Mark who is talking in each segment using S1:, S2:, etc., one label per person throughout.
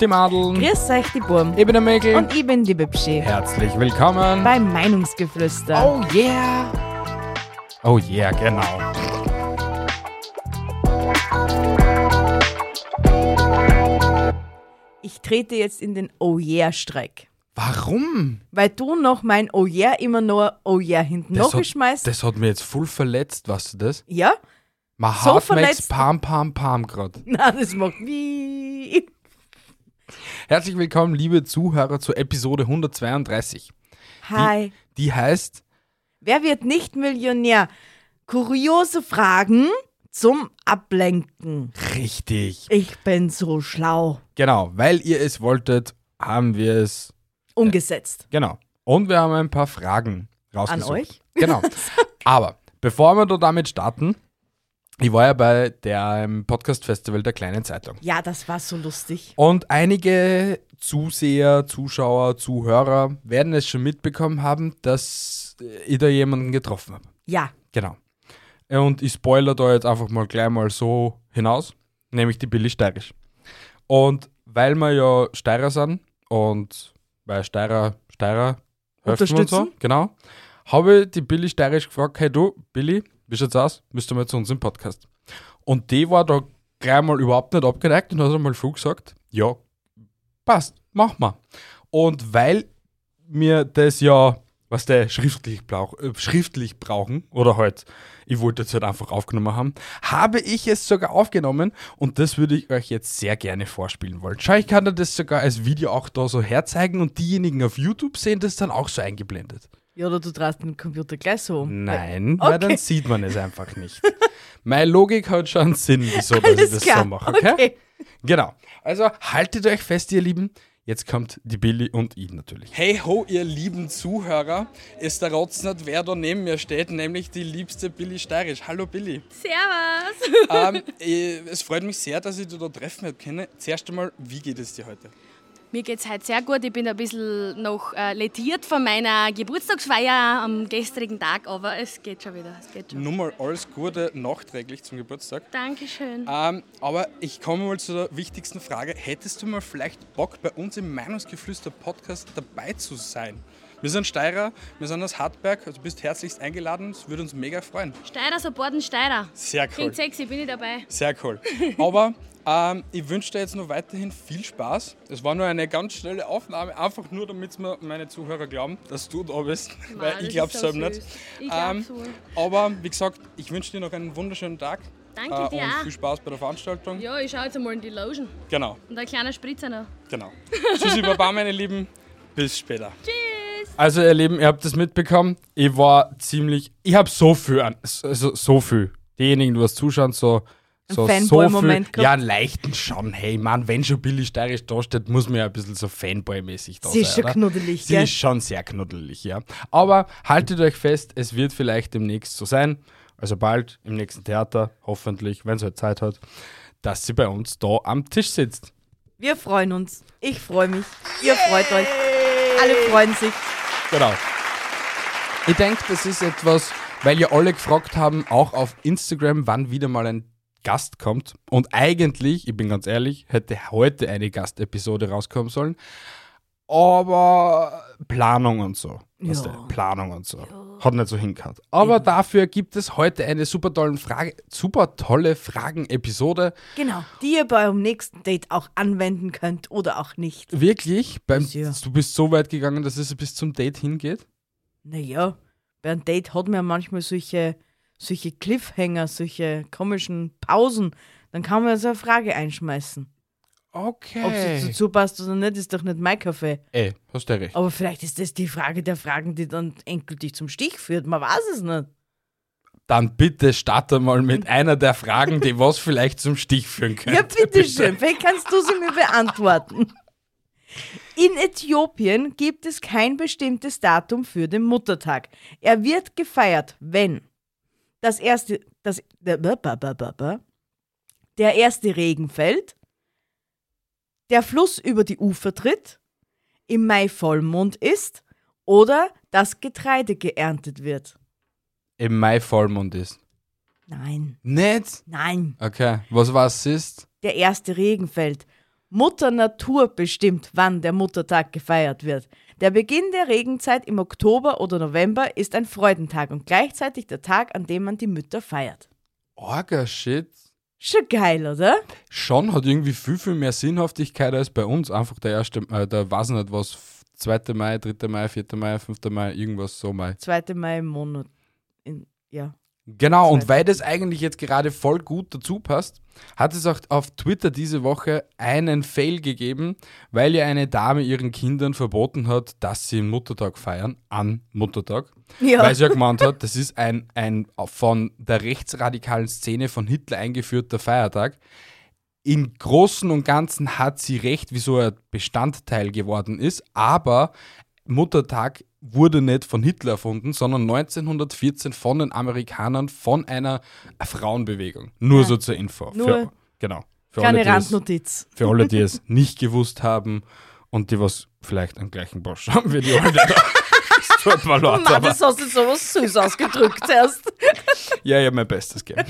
S1: die Madeln.
S2: Grüß euch, die Burm.
S1: Ich bin der Mäkel.
S2: Und ich bin die Bibschi.
S1: herzlich willkommen.
S2: Bei Meinungsgeflüster.
S1: oh yeah. Oh yeah, genau.
S2: Ich trete jetzt in den Oh Yeah-Streik.
S1: Warum?
S2: Weil du noch mein Oh Yeah immer nur Oh Yeah hinten
S1: Das
S2: noch
S1: hat,
S2: schmeißt.
S1: Das hat mir jetzt voll verletzt, weißt du das?
S2: Ja?
S1: Mein
S2: So
S1: Heart makes
S2: verletzt?
S1: pam, pam, pam grad.
S2: Na, das macht wie.
S1: Herzlich willkommen, liebe Zuhörer, zur Episode 132.
S2: Hi.
S1: Die heißt
S2: Wer wird nicht Millionär? Kuriose Fragen zum Ablenken.
S1: Richtig.
S2: Ich bin so schlau.
S1: Genau, weil ihr es wolltet, haben wir es.
S2: Umgesetzt.
S1: Genau. Und wir haben ein paar Fragen
S2: An
S1: rausgesucht.
S2: euch?
S1: Genau. Aber bevor wir da damit starten, ich war ja bei dem Podcast-Festival der Kleinen Zeitung.
S2: Ja, das war so lustig.
S1: Und einige Zuseher, Zuschauer, Zuhörer werden es schon mitbekommen haben, dass ich da jemanden getroffen habe.
S2: Ja.
S1: Genau. Und ich spoiler da jetzt einfach mal gleich mal so hinaus, nämlich die Billy Steirisch. Und weil wir ja Steirer sind und weil Steirer Steirer helfen und so,
S2: Unterstützen.
S1: genau, habe ich die Billy Steirisch gefragt, hey du, Billy, wie schaut's aus? Müsst ihr mal zu uns im Podcast. Und die war da gleich mal überhaupt nicht abgeneigt und hat einmal voll gesagt, ja, passt, mach mal. Und weil mir das ja, was der schriftlich, brauch, äh, schriftlich brauchen, oder halt, ich wollte es halt einfach aufgenommen haben, habe ich es sogar aufgenommen und das würde ich euch jetzt sehr gerne vorspielen wollen. Schau, ich kann dir das sogar als Video auch da so herzeigen und diejenigen auf YouTube sehen das dann auch so eingeblendet.
S2: Ja, oder du drehst den Computer gleich so um.
S1: Nein,
S2: Okay.
S1: weil dann sieht man es einfach nicht. Meine Logik hat schon Sinn, wieso dass ich
S2: Alles
S1: das
S2: klar.
S1: so mache, okay?
S2: okay.
S1: Genau. Also haltet euch fest, ihr Lieben. Jetzt kommt die Billy und ich natürlich. Hey ho, ihr lieben Zuhörer. Es der Rotz nicht, wer da neben mir steht, nämlich die liebste Billy Steirisch. Hallo Billy.
S3: Servus!
S1: ähm, äh, es freut mich sehr, dass ich dich da treffen habe können. Zuerst einmal, wie geht es dir heute?
S3: Mir geht's heute sehr gut. Ich bin ein bisschen noch äh, lediert von meiner Geburtstagsfeier am gestrigen Tag, aber es geht schon wieder. Es geht schon.
S1: Nun mal alles Gute nachträglich zum Geburtstag.
S3: Dankeschön.
S1: Ähm, aber ich komme mal zu der wichtigsten Frage. Hättest du mal vielleicht Bock, bei uns im Meinungsgeflüster-Podcast dabei zu sein? Wir sind Steirer, wir sind aus Hartberg, also du bist herzlichst eingeladen, es würde uns mega freuen.
S3: Steirer supporten Steirer.
S1: Sehr cool.
S3: Klingt sexy, bin ich dabei.
S1: Sehr cool. Aber ähm, ich wünsche dir jetzt nur weiterhin viel Spaß. Es war nur eine ganz schnelle Aufnahme, einfach nur damit mir meine Zuhörer glauben, dass du da bist,
S3: Mann,
S1: weil
S3: das
S1: ich
S3: ist
S1: glaube es
S3: so
S1: selber nicht.
S3: süß. Ich glaub's
S1: Ähm,
S3: wohl.
S1: Aber wie gesagt, ich wünsche dir noch einen wunderschönen Tag. äh,
S3: Danke dir
S1: ah, Und
S3: auch.
S1: viel Spaß bei der Veranstaltung.
S3: Ja, ich schaue jetzt einmal in die Lotion.
S1: Genau.
S3: Und ein kleiner Spritzer noch.
S1: Genau. Tschüssi, Baba, meine Lieben. Bis später.
S3: Tschüss!
S1: Also, ihr Lieben, ihr habt das mitbekommen. Ich war ziemlich. Ich habe so viel an. Also, so viel. Diejenigen, die was zuschauen, so. So, so viel.
S2: Fanboy-Moment gehabt?
S1: Ja, einen leichten schon. Hey, Mann, wenn schon Billy steirisch dasteht, muss man ja ein bisschen so Fanboy-mäßig da sein.
S2: Sie ist schon
S1: oder?
S2: knuddelig,
S1: Sie
S2: gell?
S1: ist schon sehr knuddelig, ja. Aber haltet euch fest, es wird vielleicht demnächst so sein. Also bald im nächsten Theater, hoffentlich, wenn es halt Zeit hat, dass sie bei uns da am Tisch sitzt.
S2: Wir freuen uns. Ich freue mich. Ihr freut euch. Alle freuen sich.
S1: Genau. Ich denke, das ist etwas, weil ja alle gefragt haben, auch auf Instagram, wann wieder mal ein Gast kommt. Und eigentlich, ich bin ganz ehrlich, hätte heute eine Gastepisode rauskommen sollen. Aber Planung und so. Weißt
S2: Ja.
S1: du, Planung und so. Hat nicht so hingehört. Aber dafür gibt es heute eine super tolle Frage, super tolle Fragen-Episode.
S2: Genau. Die ihr bei eurem nächsten Date auch anwenden könnt oder auch nicht.
S1: Wirklich? Beim,
S2: Sehr.
S1: du bist so weit gegangen, dass es bis zum Date hingeht?
S2: Naja, bei einem Date hat man ja manchmal solche, solche Cliffhanger, solche komischen Pausen. Dann kann man ja so eine Frage einschmeißen.
S1: Okay.
S2: Ob sie dazu zupasst oder nicht, ist doch nicht mein Kaffee.
S1: Ey, hast du recht.
S2: Aber vielleicht ist das die Frage der Fragen, die dann endgültig zum Stich führt. Man weiß es nicht.
S1: Dann bitte starte mal mit einer der Fragen, die was vielleicht zum Stich führen könnte.
S2: Mhm. Ja, bitteschön. Vielleicht kannst du sie mir beantworten. In Äthiopien gibt es kein bestimmtes Datum für den Muttertag. Er wird gefeiert, wenn das erste, das, der erste Regen fällt, der Fluss über die Ufer tritt, im Mai Vollmond ist oder das Getreide geerntet wird.
S1: Im Mai Vollmond ist.
S2: Nein,
S1: Nicht?
S2: nein.
S1: Okay, was was ist?
S2: der erste Regen fällt. Mutter Natur bestimmt, wann der Muttertag gefeiert wird. Der Beginn der Regenzeit im Oktober oder November ist ein Freudentag und gleichzeitig der Tag, an dem man die Mütter feiert.
S1: Orga Shit.
S2: Schon geil, oder?
S1: Schon hat irgendwie viel, viel mehr Sinnhaftigkeit als bei uns. Einfach der erste, äh, der weiß nicht was, f- 2. Mai, 3. Mai, 4. Mai, 5. Mai, irgendwas so Mai.
S2: 2. Mai im Monat. In, ja.
S1: Genau, und
S2: Zweite.
S1: weil das eigentlich jetzt gerade voll gut dazu passt, hat es auch auf Twitter diese Woche einen Fail gegeben, weil ja eine Dame ihren Kindern verboten hat, dass sie Muttertag feiern, an Muttertag.
S2: Ja.
S1: Weil sie ja gemeint hat, das ist ein, ein von der rechtsradikalen Szene von Hitler eingeführter Feiertag. Im Großen und Ganzen hat sie recht, wieso er Bestandteil geworden ist, aber Muttertag wurde nicht von Hitler erfunden, sondern 1914 von den Amerikanern von einer Frauenbewegung. Nur so zur Info.
S2: Nur-
S1: Für, genau. Für alle,
S2: Keine
S1: die es,
S2: Randnotiz.
S1: für alle, die es nicht gewusst haben und die was vielleicht am gleichen Bosch haben wie die alle. da. Das tut mir leid,
S2: Mann,
S1: aber
S2: das hast du jetzt sowas süß ausgedrückt erst.
S1: ja, ja, mein Bestes geben.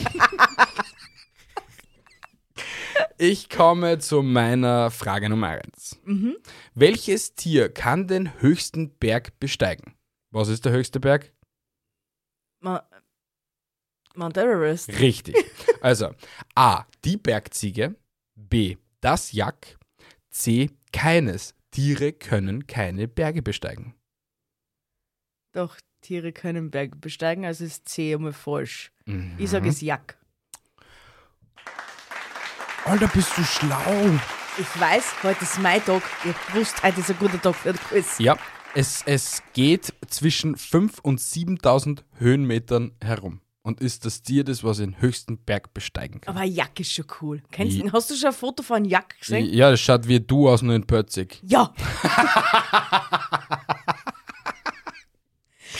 S1: Ich komme zu meiner Frage Nummer eins.
S2: Mhm.
S1: Welches Tier kann den höchsten Berg besteigen? Was ist der höchste Berg?
S2: Ma- Mount Everest.
S1: Richtig. Also A. Die Bergziege. B. Das Jack. C. Keines. Tiere können keine Berge besteigen.
S2: Doch, Tiere können Berge besteigen, also ist C einmal falsch.
S1: Mhm.
S2: Ich sage es Jack.
S1: Mhm. Alter, bist du schlau.
S2: Ich weiß, heute ist mein Tag. Ihr wusst, heute ist ein guter Tag für den Quiz.
S1: Ja, es, es geht zwischen 5.000 und 7.000 Höhenmetern herum und ist das Tier das, was den höchsten Berg besteigen kann.
S2: Aber ein Jack ist schon cool. Kennst
S1: Ja.
S2: du, hast du schon ein Foto von einem Jack gesehen?
S1: Ja, das schaut wie du aus, nur in Pötzig.
S2: Ja.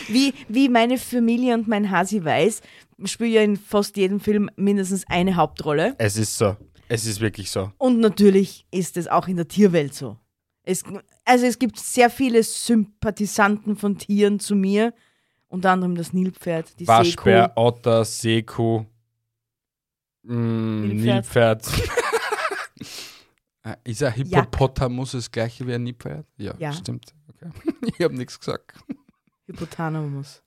S2: wie, wie meine Familie und mein Hasi weiß, spiele ja in fast jedem Film mindestens eine Hauptrolle.
S1: Es ist so. Es ist wirklich so.
S2: Und natürlich ist es auch in der Tierwelt so. Es, also es gibt sehr viele Sympathisanten von Tieren zu mir, unter anderem das Nilpferd, die
S1: Waschbär, Otter, Seekuh, mm, Nilpferd. Äh, ist ein Hippopotamus das gleiche wie ein Nilpferd? Ja,
S2: Ja.
S1: stimmt. Okay. Ich habe nichts gesagt.
S2: Seekuh-Hypothalamus.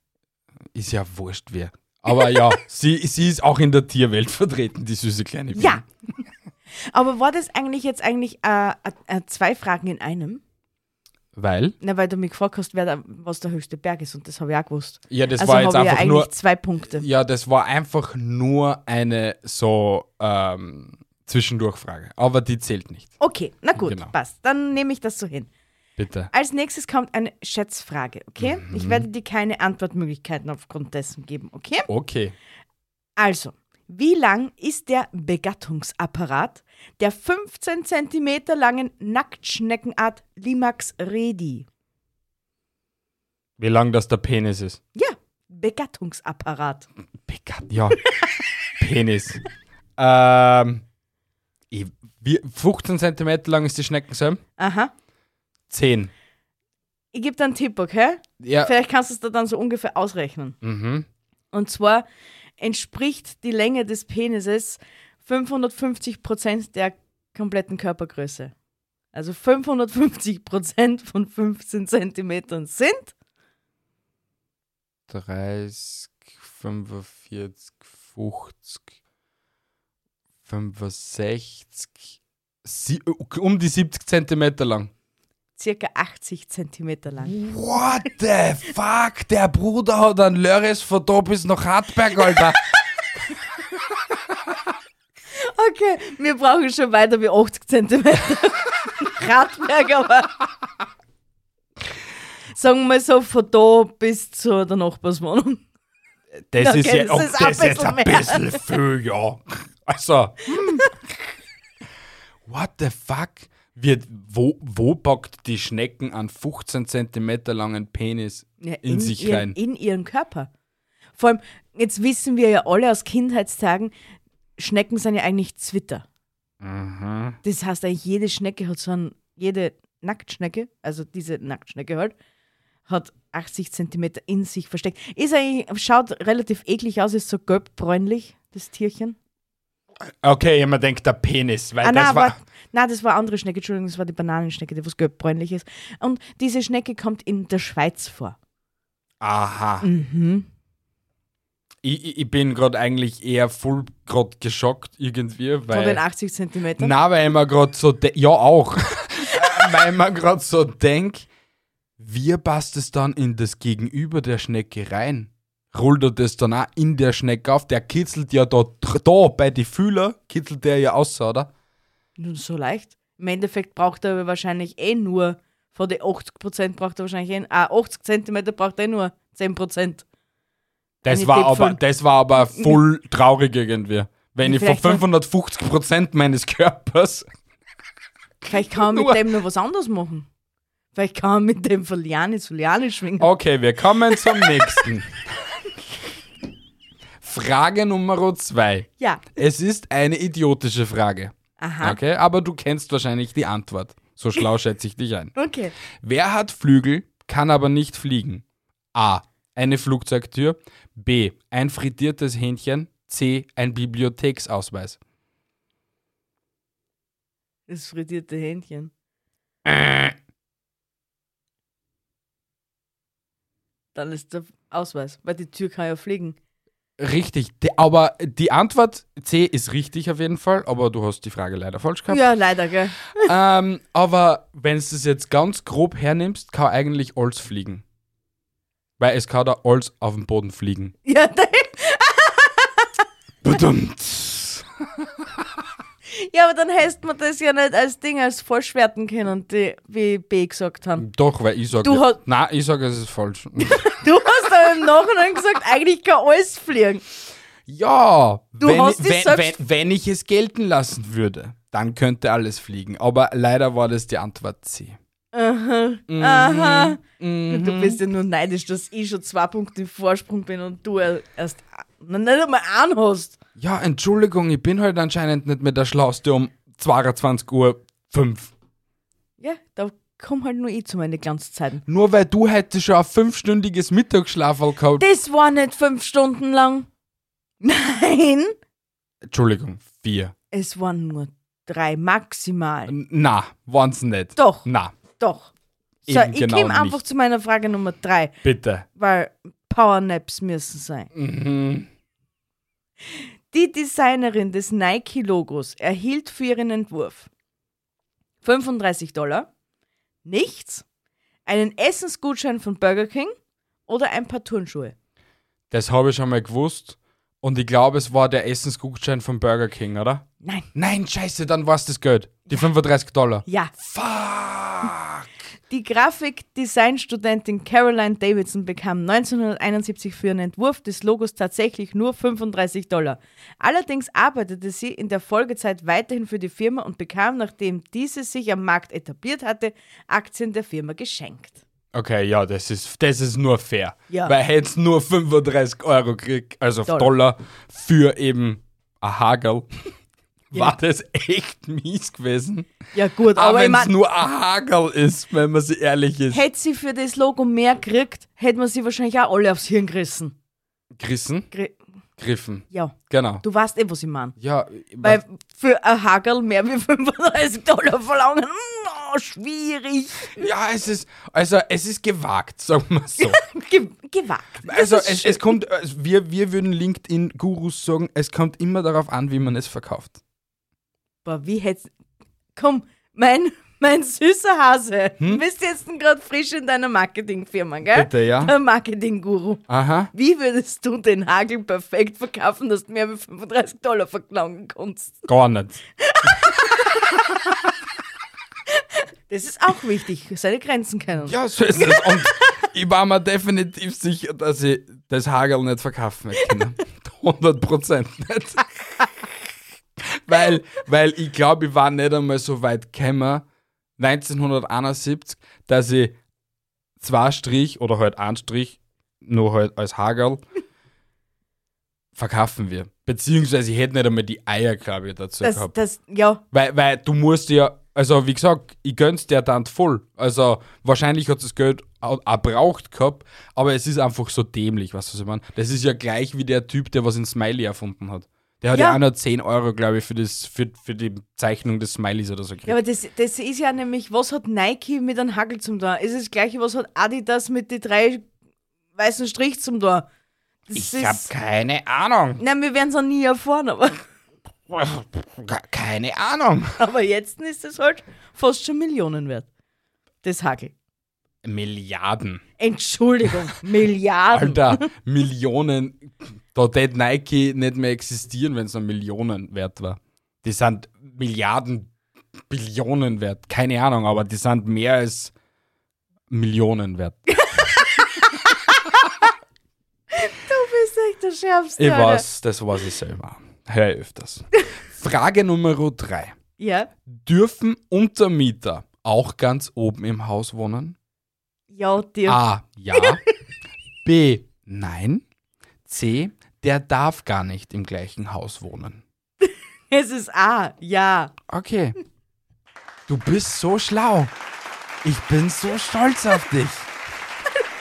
S1: Ist ja wurscht wer. Aber ja, sie, sie ist auch in der Tierwelt vertreten, die süße kleine Biene.
S2: Ja. Mhm. Aber war das eigentlich jetzt eigentlich äh, äh, zwei Fragen in einem?
S1: Weil?
S2: Na, weil du mich gefragt hast, wer da, was der höchste Berg ist und das habe ich auch gewusst.
S1: Ja, das
S2: also
S1: war
S2: habe
S1: jetzt
S2: ich ja
S1: einfach
S2: eigentlich
S1: nur.
S2: zwei Punkte.
S1: Ja, das war einfach nur eine so ähm, Zwischendurchfrage. Aber die zählt nicht.
S2: Okay, na gut,
S1: Genau.
S2: passt. Dann nehme ich das so hin.
S1: Bitte.
S2: Als nächstes kommt eine Schätzfrage, okay?
S1: Mhm.
S2: Ich werde dir keine Antwortmöglichkeiten aufgrund dessen geben, okay?
S1: Okay.
S2: Also, wie lang ist der Begattungsapparat der 15 cm langen Nacktschneckenart Limax redi?
S1: Wie lang das der Penis ist?
S2: Ja, Begattungsapparat.
S1: Begat, ja. Penis. Ähm, ich, wie, 15 cm lang ist die Schneckensalm?
S2: Aha.
S1: 10.
S2: Ich gebe dir einen Tipp, okay?
S1: Ja.
S2: Vielleicht kannst du es dir dann so ungefähr ausrechnen.
S1: Mhm.
S2: Und zwar entspricht die Länge des Penises 550 Prozent der kompletten Körpergröße. Also 550 Prozent von 15 Zentimetern sind
S1: 30, 45, 50, 65, sie, um die 70 Zentimeter lang.
S2: circa 80 Zentimeter lang.
S1: What the fuck? Der Bruder hat einen Lörres von da bis nach Hartberg, Alter.
S2: Okay, wir brauchen schon weiter wie 80 Zentimeter. Radberg, aber. Sagen wir mal so, von da bis zu der Nachbarswohnung.
S1: Das
S2: Okay,
S1: ist ja
S2: das
S1: oh,
S2: ist
S1: das ist jetzt
S2: ein
S1: ein
S2: bisschen
S1: bisschen viel, ja. Also. hm. What the fuck? Wird, wo, wo packt die Schnecken einen 15 cm langen Penis
S2: Ja,
S1: in, sich
S2: ihren,
S1: rein?
S2: In ihren Körper. Vor allem, jetzt wissen wir ja alle aus Kindheitstagen, Schnecken sind ja eigentlich Zwitter.
S1: Mhm.
S2: Das heißt eigentlich, jede Schnecke hat so einen, jede Nacktschnecke, also diese Nacktschnecke halt, hat 80 Zentimeter in sich versteckt. Ist eigentlich, schaut relativ eklig aus, ist so gelbbräunlich, das Tierchen.
S1: Okay, ich hab mir denkt der Penis, weil
S2: Ah,
S1: Äh, das
S2: nein,
S1: war.
S2: warte. Na, das war eine andere Schnecke, Entschuldigung, das war die Bananenschnecke, die was gelbbräunlich ist. Und diese Schnecke kommt in der Schweiz vor.
S1: Aha.
S2: Mhm.
S1: Ich, ich- ich bin gerade eigentlich eher voll gerade geschockt irgendwie,
S2: Von den
S1: weil.
S2: 80 Zentimetern.
S1: Na, weil ich mir gerade so. de- Ja, auch. weil ich mir gerade so denk, wie passt es dann in das Gegenüber der Schnecke rein? Rollt er das dann auch in der Schnecke auf? Der kitzelt ja da, dr- da bei die Fühler, kitzelt der ja aus, oder?
S2: Nun, so leicht. Im Endeffekt braucht er aber wahrscheinlich eh nur, von den 80% braucht er wahrscheinlich eh, ah, 80 Zentimeter braucht er eh nur 10%.
S1: Das
S2: Eine
S1: war,
S2: Dipfel.
S1: aber, das war aber voll traurig irgendwie. Wenn ich von
S2: Vielleicht war-
S1: 550% meines Körpers
S2: Vielleicht kann man
S1: Nur.
S2: mit dem noch was anderes machen. Vielleicht kann man mit dem von Liane zu Liane schwingen.
S1: Okay, wir kommen zum nächsten. Frage Nummer zwei.
S2: Ja.
S1: Es ist eine idiotische Frage.
S2: Aha.
S1: Okay, aber du kennst wahrscheinlich die Antwort. So schlau schätze ich dich ein.
S2: Okay.
S1: Wer hat Flügel, kann aber nicht fliegen? A. Eine Flugzeugtür. B. Ein frittiertes Hähnchen. C. Ein Bibliotheksausweis.
S2: Das frittierte Hähnchen. Dann ist der Ausweis, weil die Tür kann ja fliegen.
S1: Richtig, die, aber die Antwort C ist richtig auf jeden Fall, aber du hast die Frage leider falsch gehabt.
S2: Ja, leider, gell?
S1: ähm, aber wenn du es jetzt ganz grob hernimmst, kann eigentlich alles fliegen. Weil es kann da alles auf dem Boden fliegen.
S2: Ja, da,
S1: Bedummt.
S2: ja, aber dann heißt man das ja nicht als Ding, als Vorschwerten können, die, wie B gesagt haben.
S1: Doch, weil ich sage.
S2: Du hast-
S1: Nein, ich sage, es ist falsch.
S2: Du hast dann im Nachhinein gesagt, eigentlich kann alles fliegen.
S1: ja,
S2: Du
S1: wenn,
S2: hast dich
S1: wenn, wenn,
S2: selbst-
S1: wenn ich es gelten lassen würde, dann könnte alles fliegen. Aber leider war das die Antwort C.
S2: Aha, aha.
S1: Mhm.
S2: Du bist ja nur neidisch, dass ich schon zwei Punkte im Vorsprung bin und du erst na, nicht einmal einen hast.
S1: Ja, Entschuldigung, ich bin heute anscheinend nicht mehr der Schlauste um 22.05 Uhr.
S2: Ja, da komm halt nur ich zu meinen Glanzzeiten.
S1: Nur weil du heute schon ein fünfstündiges Mittagsschlaferl gehabt
S2: Das war nicht fünf Stunden lang. Nein,
S1: Entschuldigung, vier.
S2: es waren nur drei maximal.
S1: N- Na, waren's nicht.
S2: Doch,
S1: Na,
S2: doch. So,
S1: Eben
S2: ich
S1: genau
S2: komme einfach
S1: nicht.
S2: zu meiner Frage Nummer drei,
S1: bitte.
S2: weil Powernaps müssen sein.
S1: Mhm.
S2: Die Designerin des Nike-Logos erhielt für ihren Entwurf 35 Dollar, nichts, einen Essensgutschein von Burger King oder ein paar Turnschuhe.
S1: Das habe ich schon mal gewusst. Und ich glaube, es war der Essensgutschein von Burger King, oder?
S2: Nein,
S1: Nein, scheiße, dann war's das Geld. Die 35 Dollar.
S2: ja.
S1: Fuck.
S2: Die Grafikdesignstudentin Caroline Davidson bekam 1971 für ihren Entwurf des Logos tatsächlich nur 35 Dollar. Allerdings arbeitete sie in der Folgezeit weiterhin für die Firma und bekam, nachdem diese sich am Markt etabliert hatte, Aktien der Firma geschenkt.
S1: Okay, ja, das ist, das ist nur fair.
S2: Ja.
S1: Weil hätt's nur 35 Euro gekriegt, also
S2: Dollar.
S1: Dollar, für eben ein Hagel, war das echt mies gewesen.
S2: Ja gut,
S1: Aber
S2: aber ich
S1: wenn es
S2: mein,
S1: nur ein Hagel ist, wenn man so ehrlich ist.
S2: hätte sie für das Logo mehr gekriegt, hätte man sie wahrscheinlich auch alle aufs Hirn gerissen.
S1: Grissen?
S2: Gri
S1: Griffen.
S2: ja,
S1: Genau.
S2: du weißt eh, was ich meine.
S1: Ja,
S2: Weil für ein Hagel mehr wie 35 Dollar verlangen, mm, oh, schwierig.
S1: ja, es ist, also es ist gewagt, sagen wir so.
S2: Ge gewagt. Das
S1: Also
S2: ist
S1: es,
S2: schön.
S1: es kommt, also wir, wir würden LinkedIn-Gurus sagen, es kommt immer darauf an, wie man es verkauft.
S2: Boah, wie hätt's... Komm, mein, mein süßer Hase, du bist jetzt gerade frisch in deiner Marketingfirma, gell?
S1: Hm? Bitte, ja.
S2: Der Marketing-Guru.
S1: Aha.
S2: Wie würdest du den Hagel perfekt verkaufen, dass du mehr wie 35 Dollar verlangen kannst?
S1: Gar nicht.
S2: Das ist auch wichtig, seine Grenzen kennen.
S1: Ja, so ist es. Und ich war mir definitiv sicher, dass ich das Hagel nicht verkaufen hätte können. 100 Prozent nicht. weil, weil ich glaube, ich war nicht einmal so weit gekommen, 1971, dass ich zwei Strich oder halt ein Strich, nur halt als Hagel, verkaufen wir. Beziehungsweise ich hätte nicht einmal die Eier, glaube ich, dazu
S2: das,
S1: gehabt.
S2: das, ja,
S1: Weil, weil du musst ja, also wie gesagt, ich gönn's der dann voll. Also wahrscheinlich hat das Geld auch auch braucht gehabt, aber es ist einfach so dämlich, weißt du, was ich meine? Das ist ja gleich wie der Typ, der was in Smiley erfunden hat. Der hat
S2: Ja.
S1: ja, auch noch 10 Euro, glaube ich, für, das, für, für die Zeichnung des Smileys oder so gekriegt.
S2: Ja, aber das, das ist ja nämlich, was hat Nike mit einem Hackel zum Tor? Ist das gleiche, was hat Adidas mit den drei weißen Strich zum Tor? Das
S1: ich
S2: ist,
S1: habe keine Ahnung.
S2: Nein, wir werden es auch nie erfahren, aber,
S1: Keine Ahnung.
S2: aber jetzt ist es halt fast schon Millionen wert. Das Hackel.
S1: Milliarden.
S2: Entschuldigung, Milliarden.
S1: Alter, Millionen. Da tät Nike nicht mehr existieren, wenn es noch Millionen wert war. Die sind Milliarden, Billionen wert. Keine Ahnung, aber die sind mehr als Millionen wert.
S2: Du bist echt der Schärfste.
S1: Ich
S2: Alter.
S1: weiß, das weiß ich selber. Hör ich öfters. Frage Nummer drei.
S2: Ja.
S1: Dürfen Untermieter auch ganz oben im Haus wohnen?
S2: Ja, dir.
S1: A. Ja. B. Nein. C. Der darf gar nicht im gleichen Haus wohnen.
S2: Es ist A. Ja.
S1: Okay. Du bist so schlau. Ich bin so stolz auf dich.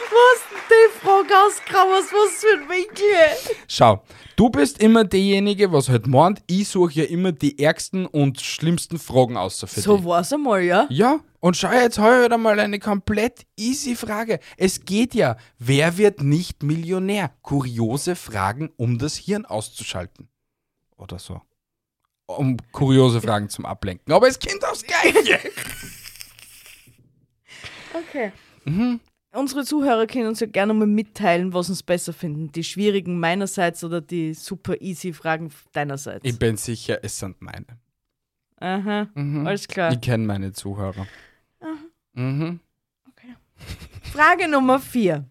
S2: Was denn die Frage ausgraben? Was was für ein Winkel?
S1: Schau, du bist immer derjenige, was halt meint, ich suche ja immer die ärgsten und schlimmsten Fragen aus für
S2: So
S1: dich.
S2: war's einmal, ja?
S1: Ja, und schau jetzt heute mal eine komplett easy Frage. Es geht ja, wer wird nicht Millionär? Kuriose Fragen, um das Hirn auszuschalten. Oder so. Um kuriose Fragen zum Ablenken. Aber es kommt aufs Gleiche.
S2: Okay. Unsere Zuhörer können uns ja gerne mal mitteilen, was uns besser finden. Die schwierigen meinerseits oder die super easy Fragen deinerseits.
S1: Ich bin sicher, es sind meine.
S2: Aha, alles klar.
S1: Ich kenne meine Zuhörer. Mhm.
S2: Frage Nummer 4.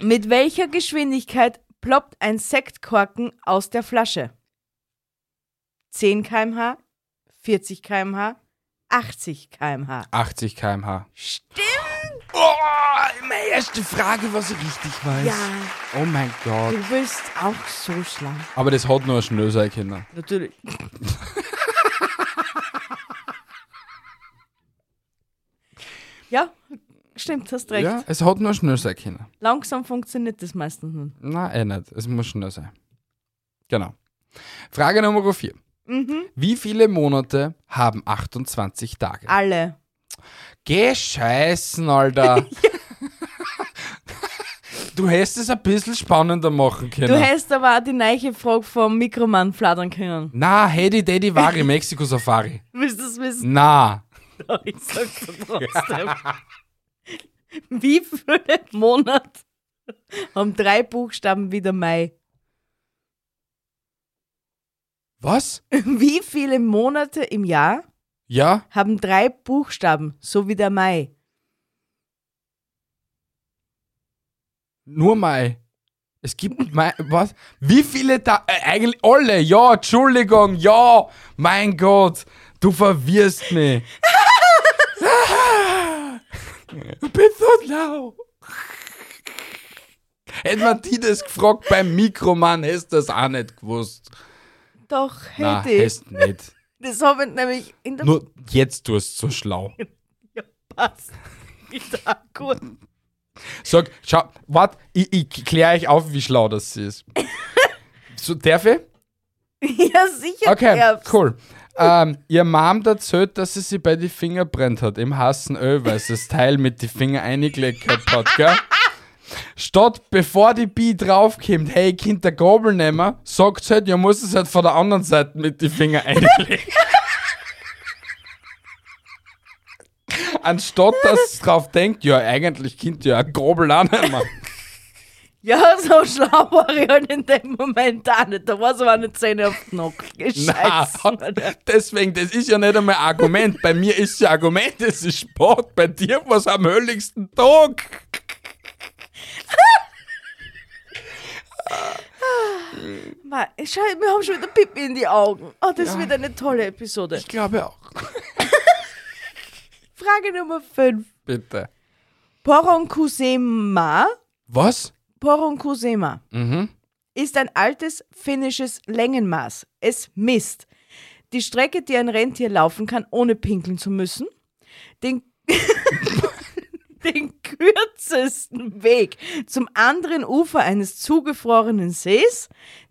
S2: Mit welcher Geschwindigkeit ploppt ein Sektkorken aus der Flasche? 10 km/h, 40 km/h, 80 km/h.
S1: 80 km/h.
S2: Stimmt!
S1: Oh, meine erste Frage, was ich richtig weiß.
S2: Ja.
S1: Oh mein Gott.
S2: Du bist auch so schlau.
S1: Aber das hat nur ein Schnöser, Kinder.
S2: Natürlich. ja, stimmt, hast recht.
S1: Ja, es hat nur ein Schnöser, Kinder.
S2: Langsam funktioniert das meistens nicht.
S1: Na, eh nicht. Es muss schnell sein. Genau. Frage Nummer 4.
S2: Mhm.
S1: Wie viele Monate haben 28 Tage?
S2: Alle.
S1: Gescheißen, Alter. du hättest es ein bisschen spannender machen können.
S2: Du hättest aber auch die neue Frage vom Mikromann flattern können.
S1: Na, Hedy Daddy Wari, Mexiko Safari.
S2: Willst du es wissen?
S1: Na.
S2: Ich sag's dir trotzdem. Wie viele Monate haben drei Buchstaben wieder Mai?
S1: Was?
S2: Wie viele Monate im Jahr
S1: Ja?
S2: haben drei Buchstaben, so wie der Mai?
S1: Nur Mai. Es gibt Mai. Was? Wie viele da. Äh, eigentlich alle. Ja, Entschuldigung. Ja. Mein Gott. Du verwirrst mich. ich bin so schlau. Hätte man die das gefragt beim Mikromann, hättest du das auch nicht gewusst.
S2: Doch,
S1: Na,
S2: hätte ich.
S1: hättest nicht.
S2: Das habe ich nämlich in der
S1: Nur jetzt tust du so schlau.
S2: Ja, passt. Wieder gut.
S1: Sag, schau, warte, ich, ich kläre euch auf, wie schlau das sie ist. So, darf ich?
S2: Ja, sicher.
S1: Okay,
S2: darfst.
S1: cool. Ähm, ihr Mom erzählt, dass sie sie bei die Finger brennt hat, im heißen Öl, weil sie das Teil mit die Finger eingelegt gehabt hat, gell? Statt bevor die Bi draufkommt, hey, ich kann der Gabel nehmen, sagt sie halt, ja, muss es halt von der anderen Seite mit die Finger einlegen. Anstatt dass sie drauf denkt, ja, eigentlich könnt ihr ja eine Gabel annehmen.
S2: Ja, so schlau war ich halt in dem Moment auch nicht. Da war es aber nicht Zähne auf den Nockel. Scheiße.
S1: Nein, deswegen, das ist ja nicht einmal ein Argument. Bei mir ist es ein Argument, es ist Sport. Bei dir war es am hölligsten Tag.
S2: Mann, Schau, wir haben schon wieder Pipi in die Augen. Oh, das wird eine tolle Episode.
S1: Ich glaube auch.
S2: Frage Nummer 5.
S1: Bitte.
S2: Poronkusema,
S1: Was?
S2: Poronkusema
S1: Mhm.
S2: ist ein altes finnisches Längenmaß. Es misst die Strecke, die ein Rentier laufen kann, ohne pinkeln zu müssen, den, den kürzesten Weg zum anderen Ufer eines zugefrorenen Sees,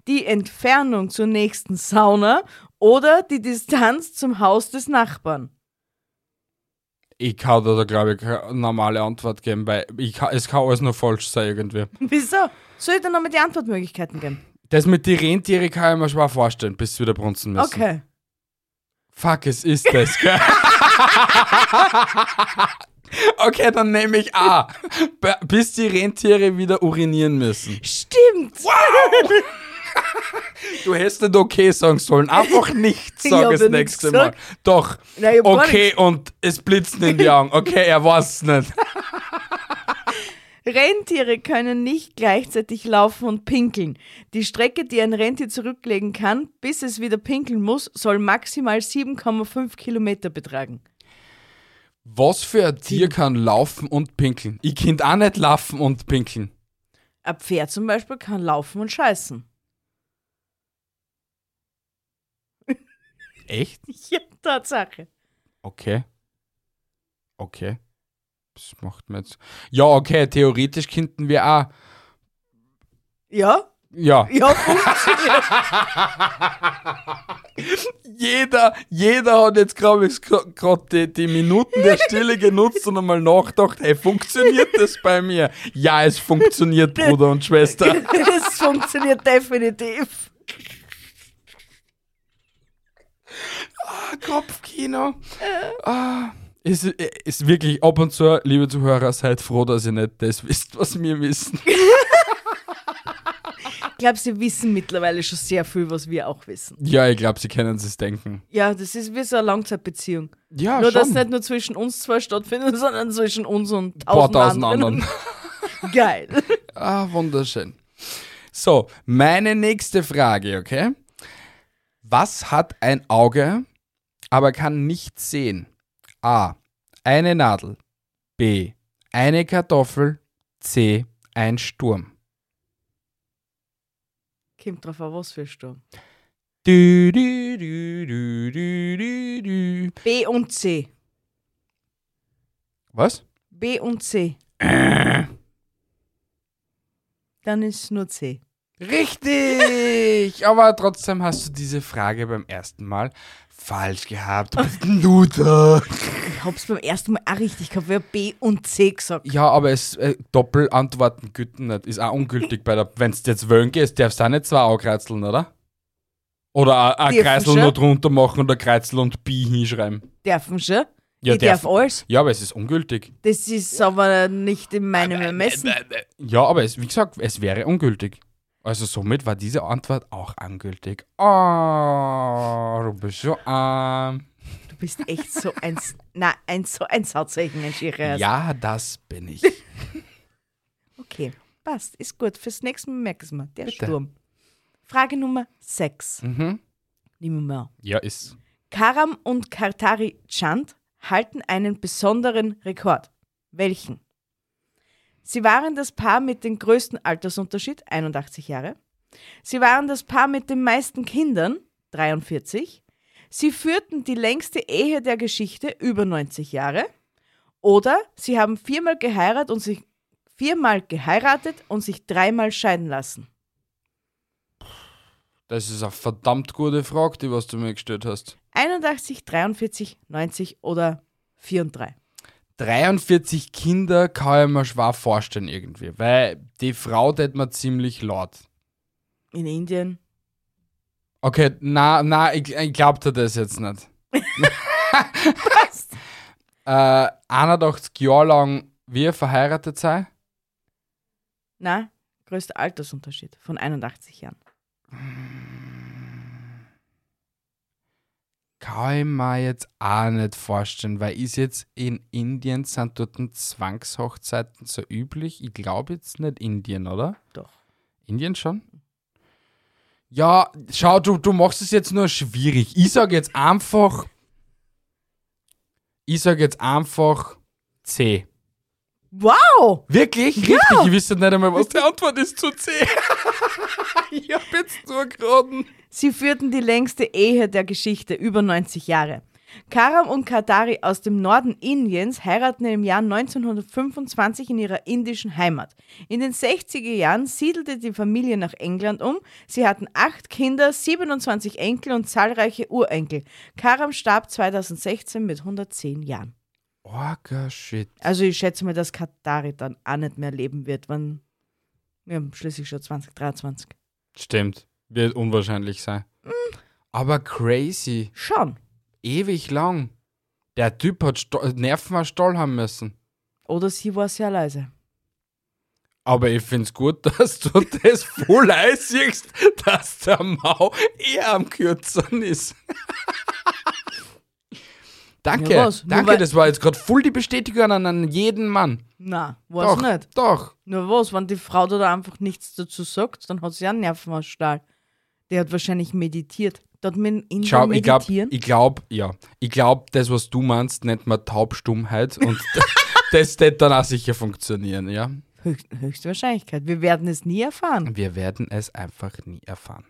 S2: die Entfernung zur nächsten Sauna oder die Distanz zum Haus des Nachbarn.
S1: Ich kann da, da glaube ich, keine normale Antwort geben, weil ich kann, es kann alles nur falsch sein irgendwie.
S2: Wieso? Soll ich dir nochmal die Antwortmöglichkeiten geben?
S1: Das mit den Rentiere kann ich mir schwer vorstellen, bis sie wieder brunzen müssen.
S2: Okay.
S1: Fuck, es ist das, gell? okay, dann nehme ich A. B- Bis die Rentiere wieder urinieren müssen.
S2: Stimmt!
S1: Du hättest nicht okay sagen sollen. Einfach nicht,
S2: Ich
S1: sag
S2: hab
S1: es
S2: ja nichts
S1: nächste Mal.
S2: gesagt.
S1: Doch.
S2: Nein, ich hab gar
S1: okay, und es blitzt in die Augen. Okay, er weiß es nicht.
S2: Rentiere können nicht gleichzeitig laufen und pinkeln. Die Strecke, die ein Rentier zurücklegen kann, bis es wieder pinkeln muss, soll maximal 7,5 Kilometer betragen.
S1: Was für ein Tier kann laufen und pinkeln? Ich kann auch nicht laufen und pinkeln.
S2: Ein Pferd zum Beispiel kann laufen und scheißen.
S1: Echt?
S2: Ja, Tatsache.
S1: Okay. Okay. Das macht mir jetzt. Ja, okay, theoretisch könnten wir auch.
S2: Ja?
S1: Ja.
S2: Ja, funktioniert.
S1: Jeder, jeder hat jetzt, glaube ich, gerade die, die Minuten der Stille genutzt und einmal nachgedacht, hey, funktioniert das bei mir? Ja, es funktioniert, Bruder und Schwester.
S2: Es funktioniert definitiv.
S1: Kopfkino. Ah, ist, ist wirklich ab und zu, liebe Zuhörer, seid froh, dass ihr nicht das wisst, was wir wissen.
S2: Ich glaube, sie wissen mittlerweile schon sehr viel, was wir auch wissen.
S1: Ja, ich glaube, sie können es denken.
S2: Ja, das ist wie so eine Langzeitbeziehung.
S1: Ja,
S2: nur,
S1: schon.
S2: dass nicht nur zwischen uns zwei stattfindet, sondern zwischen uns und
S1: Paar tausend
S2: tausend,
S1: anderen.
S2: anderen. Geil.
S1: Ah, wunderschön. So, meine nächste Frage, okay? Was hat ein Auge, aber kann nicht sehen? A. Eine Nadel. B. Eine Kartoffel. C. Ein Sturm.
S2: Kommt drauf an, was für ein Sturm.
S1: Du, du, du, du, du, du, du.
S2: B und C.
S1: Was?
S2: B und C. Dann ist nur C.
S1: Richtig! aber trotzdem hast du diese Frage beim ersten Mal falsch gehabt. Du bist ein Loser.
S2: Ich hab's beim ersten Mal auch richtig gehabt. Wer B und C gesagt?
S1: Ja, aber es äh, Doppelantworten güten nicht. Ist auch ungültig bei der. Wenn du jetzt wählen gehst, darfst du auch nicht zwei ankreizeln, oder? Oder ein
S2: Dürfen
S1: Kreisel
S2: schon.
S1: nur drunter machen und ein Kreisel und Bi hinschreiben.
S2: Dürfen schon?
S1: Ja,
S2: ich darf alles.
S1: Ja, aber es ist ungültig.
S2: Das ist aber nicht in meinem Ermessen.
S1: Ja, aber es, wie gesagt, es wäre ungültig. Also somit war diese Antwort auch ungültig. Oh, du bist so arm.
S2: Du bist echt so ein, na, ein, so ein Sauzeichen, ein Schirrer.
S1: Ja, das bin ich.
S2: Okay, passt. Ist gut. Fürs nächste Mal merken wir. Der
S1: Bitte.
S2: Sturm. Frage Nummer 6.
S1: mhm.
S2: Nehmen wir mal. an.
S1: Ja, ist.
S2: Karam und Kartari Chand halten einen besonderen Rekord. Welchen? Sie waren das Paar mit dem größten Altersunterschied, 81 Jahre. Sie waren das Paar mit den meisten Kindern, 43. Sie führten die längste Ehe der Geschichte, über 90 Jahre. Oder sie haben viermal geheiratet und sich viermal geheiratet und sich dreimal scheiden lassen.
S1: Das ist eine verdammt gute Frage, die was du mir gestellt hast.
S2: 81, 43, 90 oder 4 und 3.
S1: 43 Kinder kann ich mir schwer vorstellen irgendwie, weil die Frau tät mir ziemlich laut.
S2: In Indien
S1: Okay, na, na, ich, ich glaub dir das jetzt nicht. äh, 81 Jahre lang wir verheiratet sei.
S2: Na, größter Altersunterschied von 81 Jahren.
S1: Kann ich mir jetzt auch nicht vorstellen, weil ist jetzt in Indien sind dort Zwangshochzeiten so üblich? Ich glaube jetzt nicht Indien, oder?
S2: Doch.
S1: Indien schon? Ja, schau, du, du machst es jetzt nur schwierig. Ich sage jetzt einfach. Ich sage jetzt einfach C.
S2: Wow!
S1: Wirklich? Richtig? Ich wüsste nicht einmal, was die Antwort ist zu C. ich hab jetzt nur geraten.
S2: Sie führten die längste Ehe der Geschichte, über 90 Jahre. Karam und Katari aus dem Norden Indiens heiraten im Jahr 1925 in ihrer indischen Heimat. In den 60er Jahren siedelte die Familie nach England um. Sie hatten acht Kinder, 27 Enkel und zahlreiche Urenkel. Karam starb 2016 mit 110 Jahren.
S1: Orga Shit.
S2: Also ich schätze mal, dass Katari dann auch nicht mehr leben wird, wann wir haben schließlich schon 2023.
S1: Stimmt. Wird unwahrscheinlich sein. Aber crazy.
S2: Schon.
S1: Ewig lang. Der Typ hat Sto Nerven aus Stahl haben müssen.
S2: Oder sie war sehr leise.
S1: Aber ich find's gut, dass du das voll einsiehst, dass der Mau eher am kürzeren ist. danke.
S2: Ja, was? Nur
S1: Danke,
S2: weil-
S1: das war jetzt gerade voll die Bestätigung an, an jeden Mann.
S2: Na,
S1: Doch,
S2: weiß nicht.
S1: doch.
S2: Nur was, wenn die Frau da da einfach nichts dazu sagt, dann hat sie auch einen Nerven aus Stahl. Der hat wahrscheinlich meditiert. Dort mit in
S1: Schau, ich glaube,
S2: meditieren.
S1: ich glaub, ja. Ich glaube, das, was du meinst, nennt man Taubstummheit und das wird dann auch sicher funktionieren, ja.
S2: Höchst, höchste Wahrscheinlichkeit. Wir werden es nie erfahren.
S1: Wir werden es einfach nie erfahren.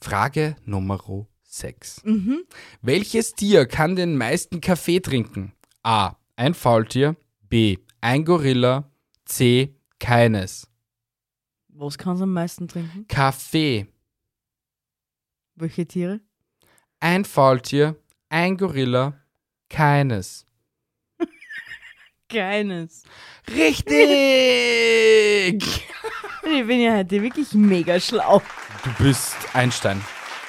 S1: Frage Nummer 6. Welches Tier kann den meisten Kaffee trinken? A. Ein Faultier. B. Ein Gorilla. C. Keines.
S2: Was kann sie am meisten trinken?
S1: Kaffee.
S2: Welche Tiere?
S1: Ein Faultier. Ein Gorilla. Keines.
S2: Keines.
S1: Richtig!
S2: Ich bin ja heute wirklich mega schlau.
S1: Du bist Einstein.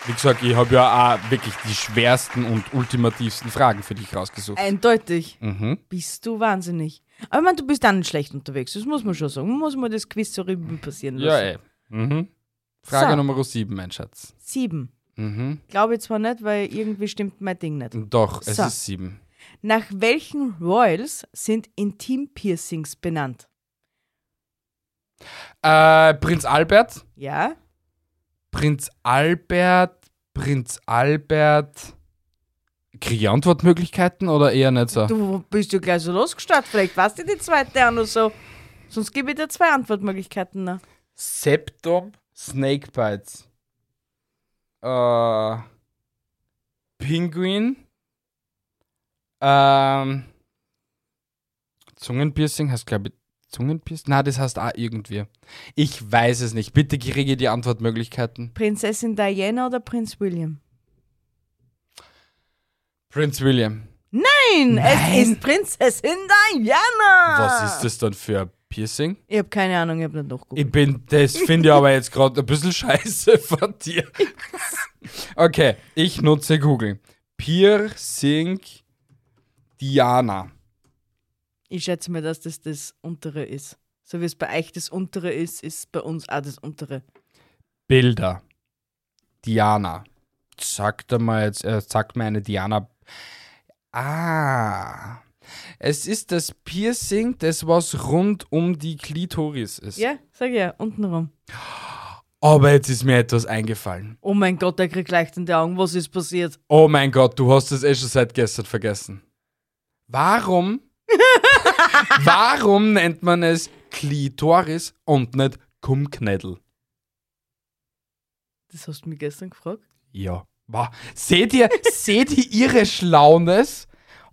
S1: Wie gesagt, ich habe ja auch wirklich die schwersten und ultimativsten Fragen für dich rausgesucht.
S2: Eindeutig.
S1: Mhm.
S2: Bist du wahnsinnig. Aber ich meine, du bist dann nicht schlecht unterwegs. Das muss man schon sagen. Man muss mal das Quiz so Revue passieren
S1: Ja,
S2: lassen.
S1: ey. Mhm. Frage
S2: So.
S1: Nummer 7, mein Schatz.
S2: Sieben.
S1: Mhm.
S2: Glaube ich zwar nicht, weil irgendwie stimmt mein Ding nicht.
S1: Doch, es
S2: So.
S1: ist 7.
S2: Nach welchen Royals sind Intim-Piercings benannt?
S1: Äh, Prinz Albert.
S2: Ja?
S1: Prinz Albert. Prinz Albert. Kriege ich Antwortmöglichkeiten oder eher nicht so?
S2: Du bist ja gleich so losgestartet. Vielleicht warst du die zweite an oder so. Sonst gebe ich dir zwei Antwortmöglichkeiten. Ne?
S1: Septum. Snakebites. Äh, Pinguin. Ähm, Zungenpiercing heißt, glaube ich, Zungenpiercing? Na, das heißt auch irgendwie. Ich weiß es nicht. Bitte kriege ich die Antwortmöglichkeiten.
S2: Prinzessin Diana oder Prinz William?
S1: Prinz William.
S2: Nein,
S1: Nein.
S2: es ist Prinzessin Diana!
S1: Was ist das dann für ein Piercing?
S2: Ich habe keine Ahnung, ich habe nicht nachgeguckt.
S1: Ich bin, das finde ich aber jetzt gerade ein bisschen scheiße von dir. Okay, ich nutze Google. Piercing Diana.
S2: Ich schätze mir, dass das das untere ist. So wie es bei euch das untere ist, ist bei uns auch das untere.
S1: Bilder. Diana. Sagt er mal jetzt, äh, sagt mir eine Diana. Ah. Es ist das Piercing, das was rund um die Klitoris ist.
S2: Ja, sag ich ja, untenrum.
S1: Aber jetzt ist mir etwas eingefallen.
S2: Oh mein Gott, der kriegt leicht in die Augen. Was ist passiert?
S1: Oh mein Gott, du hast es eh schon seit gestern vergessen. Warum? warum nennt man es Klitoris und nicht Kummknädel?
S2: Das hast du mir gestern gefragt.
S1: Ja. Wow. Seht ihr, seht ihr ihre Schlaunes?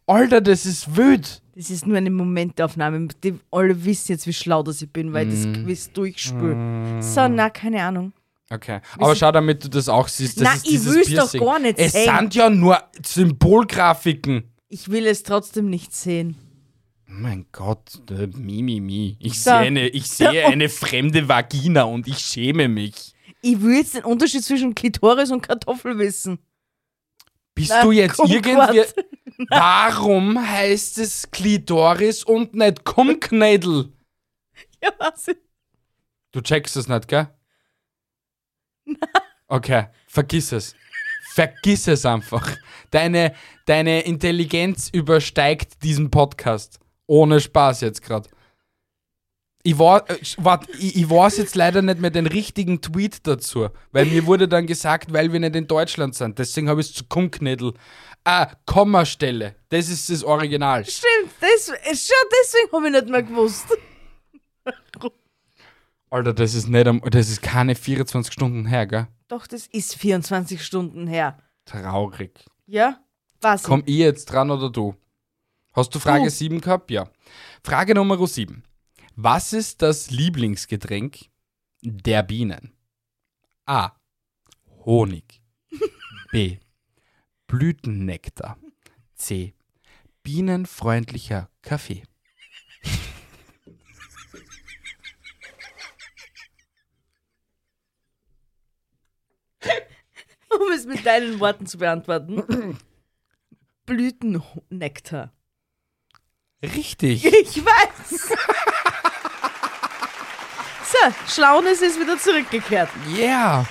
S1: Alter, das ist wild.
S2: Das ist nur eine Momentaufnahme. Die alle wissen jetzt, wie schlau das ich bin, weil ich das
S1: Mm.
S2: Quiz durchspül. So, na, keine Ahnung.
S1: Okay. Aber schau, damit du das auch siehst. Das
S2: Na,
S1: ist
S2: ich
S1: dieses
S2: will's doch
S1: Piercing.
S2: gar nicht
S1: Es
S2: sehen.
S1: sind ja nur Symbolgrafiken. Oh
S2: Ich will es trotzdem nicht sehen.
S1: Mein Gott, äh, mi, mi, mi. Ich
S2: So.
S1: sehe, eine, ich sehe eine fremde Vagina und ich schäme mich.
S2: Ich will jetzt den Unterschied zwischen Klitoris und Kartoffel wissen.
S1: Bist
S2: Na,
S1: du jetzt
S2: komm,
S1: irgendwie.
S2: Quatsch.
S1: Warum heißt es Klitoris und nicht Kummknädel?
S2: Ja, was?
S1: Du checkst es nicht, gell? Okay, vergiss es. Vergiss es einfach. Deine, deine Intelligenz übersteigt diesen Podcast. Ohne Spaß jetzt gerade. Ich, war, äh, sch- wart, ich, ich weiß jetzt leider nicht mehr den richtigen Tweet dazu, weil mir wurde dann gesagt, weil wir nicht in Deutschland sind. Deswegen habe ich es zu Kummknädel. Ah, Kommastelle. Das ist das Original.
S2: Stimmt, das, schon deswegen habe ich nicht mehr gewusst.
S1: Alter, das ist nicht am, das ist keine 24 Stunden her, gell?
S2: Doch, das ist 24 Stunden her.
S1: Traurig.
S2: Ja? Was?
S1: Komm ich jetzt dran oder du? Hast du Frage 7 gehabt? Ja. Frage Nummer 7. Was ist das Lieblingsgetränk der Bienen? A. Honig. B. Blütennektar. C. Bienenfreundlicher Kaffee.
S2: Um es mit deinen Worten zu beantworten. Blütennektar.
S1: Richtig.
S2: Ich weiß. so, Schlaunis ist wieder zurückgekehrt.
S1: Yeah.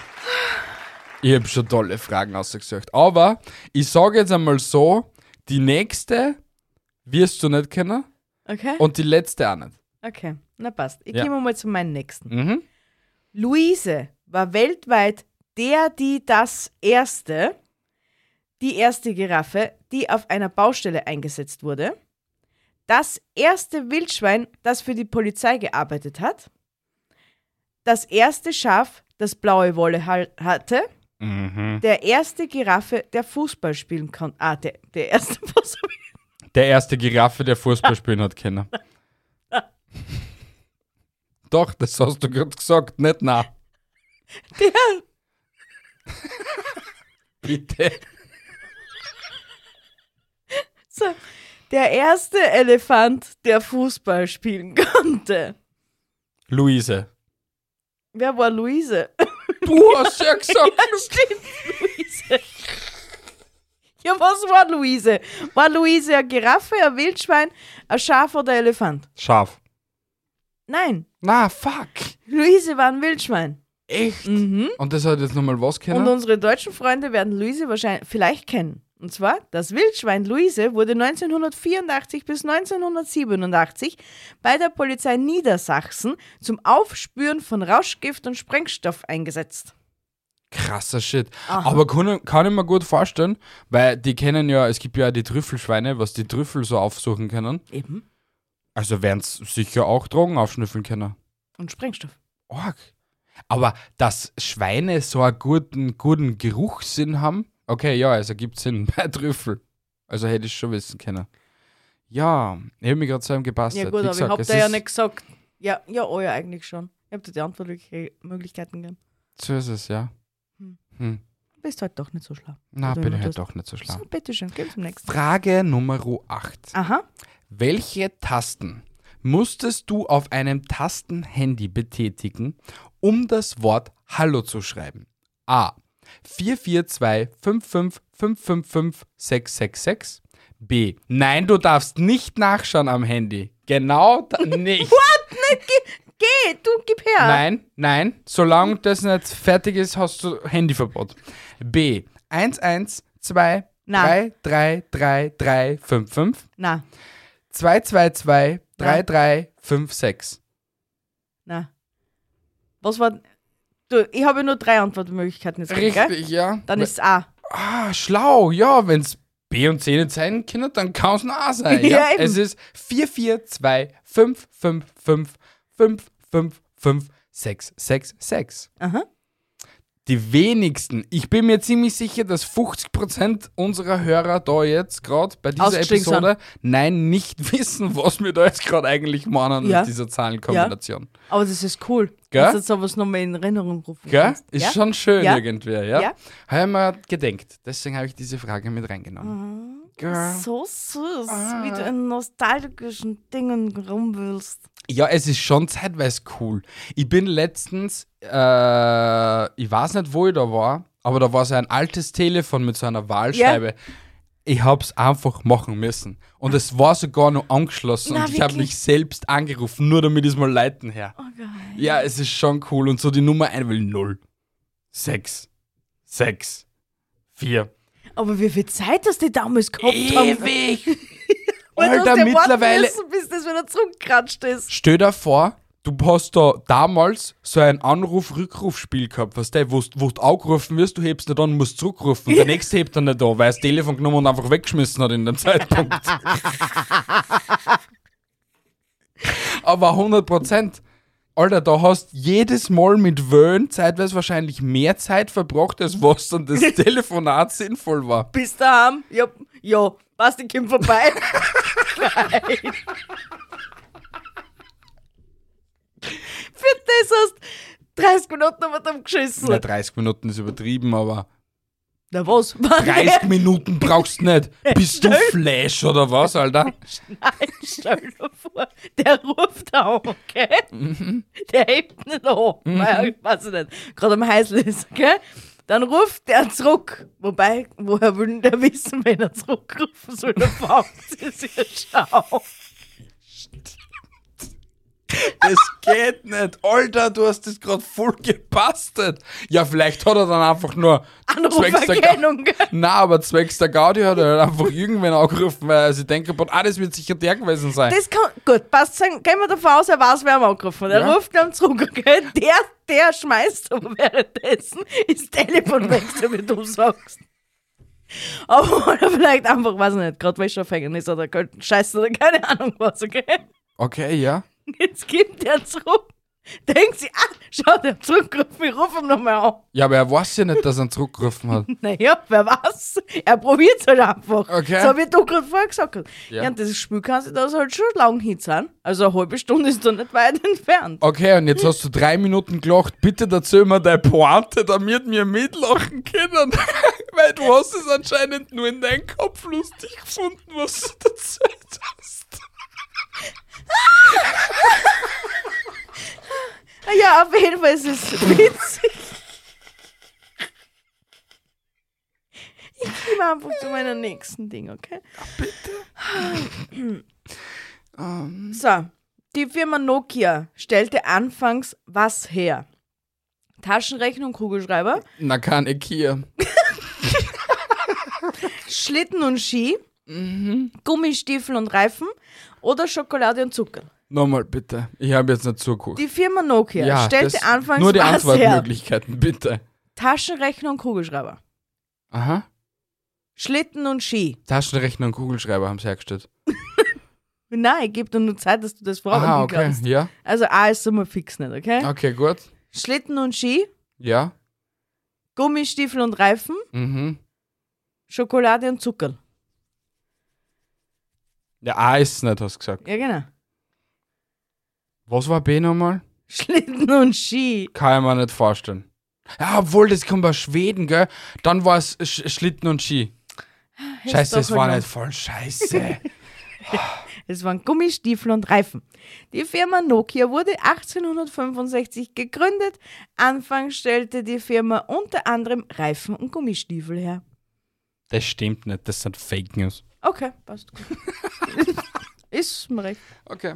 S1: Ich habe schon tolle Fragen ausgesucht. Aber ich sage jetzt einmal so, die nächste wirst du nicht kennen
S2: Okay?
S1: und die letzte auch nicht.
S2: Okay, na passt. Ich
S1: Oh. Ja.
S2: gehe mal zu meinem nächsten.
S1: Mhm.
S2: Luise war weltweit der, die das erste, die erste Giraffe, die auf einer Baustelle eingesetzt wurde, das erste Wildschwein, das für die Polizei gearbeitet hat, das erste Schaf, das blaue Wolle hal- hatte,
S1: Mhm.
S2: der erste Giraffe, der Fußball spielen konnte. Ah, der, der erste Fußball.
S1: Der erste Giraffe, der Fußball spielen hat kennen. Doch, das hast du gerade gesagt, nicht na.
S2: Der,
S1: Bitte.
S2: so, der erste Elefant, der Fußball spielen konnte.
S1: Luise.
S2: Wer war Luise?
S1: Du hast ja gesagt.
S2: Stimmt, Luise. Ja, was war Luise? War Luise eine Giraffe, ein Wildschwein, ein Schaf oder ein Elefant?
S1: Scharf.
S2: Nein,
S1: Na, fuck.
S2: Luise war ein Wildschwein.
S1: Echt?
S2: Mhm.
S1: Und das hat jetzt nochmal was kennen?
S2: Und unsere deutschen Freunde werden Luise wahrscheinlich vielleicht kennen. Und zwar, das Wildschwein Luise wurde 1984 bis 1987 bei der Polizei Niedersachsen zum Aufspüren von Rauschgift und Sprengstoff eingesetzt.
S1: Krasser Shit.
S2: Aha.
S1: Aber kann, kann ich mir gut vorstellen, weil die kennen ja, es gibt ja auch die Trüffelschweine, was die Trüffel so aufsuchen können.
S2: Eben.
S1: Also werden es sicher auch Drogen aufschnüffeln können.
S2: Und Sprengstoff.
S1: Org. Aber dass Schweine so einen guten, guten Geruchssinn haben, okay, ja, es ergibt Sinn bei Trüffel. Also hätte ich schon wissen können. Ja, ich habe mich gerade so einem gebastelt. Also,
S2: Ja
S1: Wie
S2: gut, aber ich
S1: gesagt,
S2: hab
S1: es
S2: da ja
S1: ist-
S2: nicht gesagt. Ja, ja, oh ja, eigentlich schon. Ich hab dir die Antwortmöglichkeiten gegeben.
S1: So ist es, ja.
S2: Hm.
S1: Hm.
S2: Bist halt doch nicht so schlau.
S1: Na,
S2: Oder
S1: bin
S2: nur
S1: ich halt
S2: das-
S1: doch nicht so schlau.
S2: So, bitteschön, geh zum nächsten.
S1: Frage Nummer 8.
S2: Aha.
S1: Welche Tasten musstest du auf einem Tastenhandy betätigen, um das Wort Hallo zu schreiben? A. 442-55555666. B. Nein, du darfst nicht nachschauen am Handy. Genau da nicht.
S2: Geh, du gib her.
S1: Nein, nein, solange das nicht fertig ist, hast du Handyverbot. B. 112
S2: Nein.
S1: 3333355
S2: Na,
S1: 222 3356.
S2: na. Was war. Du, ich habe nur drei Antwortmöglichkeiten jetzt gekriegt, gell?
S1: Richtig, ja.
S2: Dann ist A.
S1: ah, schlau, ja, wenn es B und C nicht sein können, dann kann es nur A sein.
S2: Ja,
S1: Ja,
S2: eben.
S1: es ist 442 555 555 666.
S2: Aha.
S1: Die wenigsten, ich bin mir ziemlich sicher, dass 50% unserer Hörer da jetzt gerade bei dieser
S2: Ausgestiegen sind.
S1: Episode nein nicht wissen, was wir da jetzt gerade eigentlich meinen
S2: Ja.
S1: mit dieser Zahlenkombination.
S2: Aber das ist cool.
S1: Gell?
S2: Dass du jetzt sowas nochmal in Erinnerung rufen
S1: Gell?
S2: kannst.
S1: Ist
S2: ja?
S1: schon schön
S2: Ja.
S1: irgendwie, ja?
S2: Ja.
S1: Habe ich mir gedenkt. Deswegen habe ich diese Frage mit reingenommen.
S2: Mhm.
S1: Gell?
S2: So süß,
S1: Ah.
S2: wie du in nostalgischen Dingen rumwühlst.
S1: Ja, es ist schon zeitweise cool. Ich bin letztens, äh, ich weiß nicht, wo ich da war, aber da war so ein altes Telefon mit so einer Wahlscheibe. Ich hab's einfach machen müssen. Und es war sogar noch angeschlossen
S2: Na,
S1: und ich habe
S2: wirklich?
S1: mich selbst angerufen, nur damit ich mal leiten her.
S2: Oh geil.
S1: Ja, es ist schon cool. Und so die Nummer ein will 0, 6, 6, 4.
S2: Aber wie viel Zeit hast du damals gehabt? haben?
S1: Ewig!
S2: Weil du
S1: Alter,
S2: hast ja warten
S1: mittlerweile.
S2: Müssen, bis das wieder zurückgeratscht ist.
S1: Stell dir vor, du hast da damals so ein Anruf-Rückrufspiel gehabt, weißt du, wo, wo du angerufen wirst, du hebst nicht an, musst zurückrufen. Der nächste hebt dann nicht an, weil er das Telefon genommen und einfach weggeschmissen hat in dem Zeitpunkt. Aber 100 Prozent. Alter, da hast jedes Mal mit Wöhn zeitweise wahrscheinlich mehr Zeit verbracht, als was dann das Telefonat sinnvoll war.
S2: Bis daheim. Ich hab, Ja, passt, ich komm vorbei. Gleich. Für das hast du 30 Minuten aber dann geschissen.
S1: Na, 30 Minuten ist übertrieben, aber
S2: Na was?
S1: 30 Minuten brauchst du nicht. Bist du Flash oder was, Alter?
S2: Nein, stell dir vor, der ruft an, okay? Der hebt nicht an, weil, ich weiß nicht, gerade am Heißel ist, okay? Dann ruft der zurück. Wobei, woher will denn der wissen, wenn er zurückrufen soll? Der braucht es ja schau.
S1: Das geht nicht. Alter, du hast das gerade voll gepastet. Ja, vielleicht hat er dann einfach nur
S2: Anruferkennung. gell?
S1: Na, aber zwecks der Gaudi hat er halt einfach irgendwen angerufen, weil er sich denkt, ah, das wird sicher der gewesen sein.
S2: Das kann, gut, passt, sagen, gehen wir davon aus, er weiß, wer am angerufen hat. Er
S1: Ja.
S2: ruft dann zurück, okay? Der, der schmeißt aber währenddessen das Telefon weg, so wie du sagst. Aber oder vielleicht einfach, weiß ich nicht, gerade Wäscheaufhängen ist oder kein- Scheiße oder keine Ahnung was, okay?
S1: Okay, ja.
S2: Jetzt gibt er zurück. Denkt sie, ah, schau, der hat zurückgerufen, ich rufe ihn nochmal an.
S1: Ja, aber er weiß ja nicht, dass er ihn zurückgerufen hat.
S2: Naja, wer weiß. Er probiert es halt einfach.
S1: Okay.
S2: So wie du gerade vorher gesagt hast. Ja,
S1: Ja.
S2: und das Spiel kann sich das halt schon lang hinzahlen. Also eine halbe Stunde ist da nicht weit entfernt.
S1: Okay, und jetzt hast du drei Minuten gelacht. Bitte erzähl mir deine Pointe, damit wir mitlachen können. Weil du hast es anscheinend nur in deinem Kopf lustig gefunden, was du erzählt hast.
S2: Ja, auf jeden Fall ist es witzig. Ich gehe einfach zu meinem nächsten Ding, okay?
S1: Ah, Ähm.
S2: bitte. so, die Firma Nokia stellte anfangs was her? Taschenrechner und Kugelschreiber,
S1: Na, keine Kia.
S2: Schlitten und Ski,
S1: Mhm.
S2: Gummistiefel und Reifen oder Schokolade und Zucker.
S1: Nochmal bitte. Ich habe jetzt nicht zugehört.
S2: Die Firma Nokia stellte
S1: das-
S2: anfangs
S1: Nur die
S2: was her?
S1: Antwortmöglichkeiten, bitte.
S2: Taschenrechner und Kugelschreiber,
S1: Aha.
S2: Schlitten und Ski.
S1: Taschenrechner und Kugelschreiber haben sie hergestellt.
S2: Nein, ich gebe dir nur Zeit, dass du das fragen
S1: Aha, okay.
S2: kannst.
S1: Ja.
S2: Also A ist immer fix nicht, okay?
S1: Okay, gut.
S2: Schlitten und Ski,
S1: Ja.
S2: Gummistiefel und Reifen,
S1: Mhm.
S2: Schokolade und Zucker.
S1: Ja, A ist nicht, hast du gesagt.
S2: Ja, genau.
S1: Was war B nochmal?
S2: Schlitten und Ski.
S1: Kann ich mir nicht vorstellen. Ja, obwohl, das kommt bei Schweden, gell? Dann war es Sch Schlitten und Ski. Scheiße,
S2: doch
S1: es war
S2: genommen.
S1: nicht voll scheiße.
S2: Es waren Gummistiefel und Reifen. Die Firma Nokia wurde 1865 gegründet. Anfangs stellte die Firma unter anderem Reifen und Gummistiefel her.
S1: das stimmt nicht, das sind Fake News.
S2: Okay, passt gut. ist mir recht.
S1: Okay.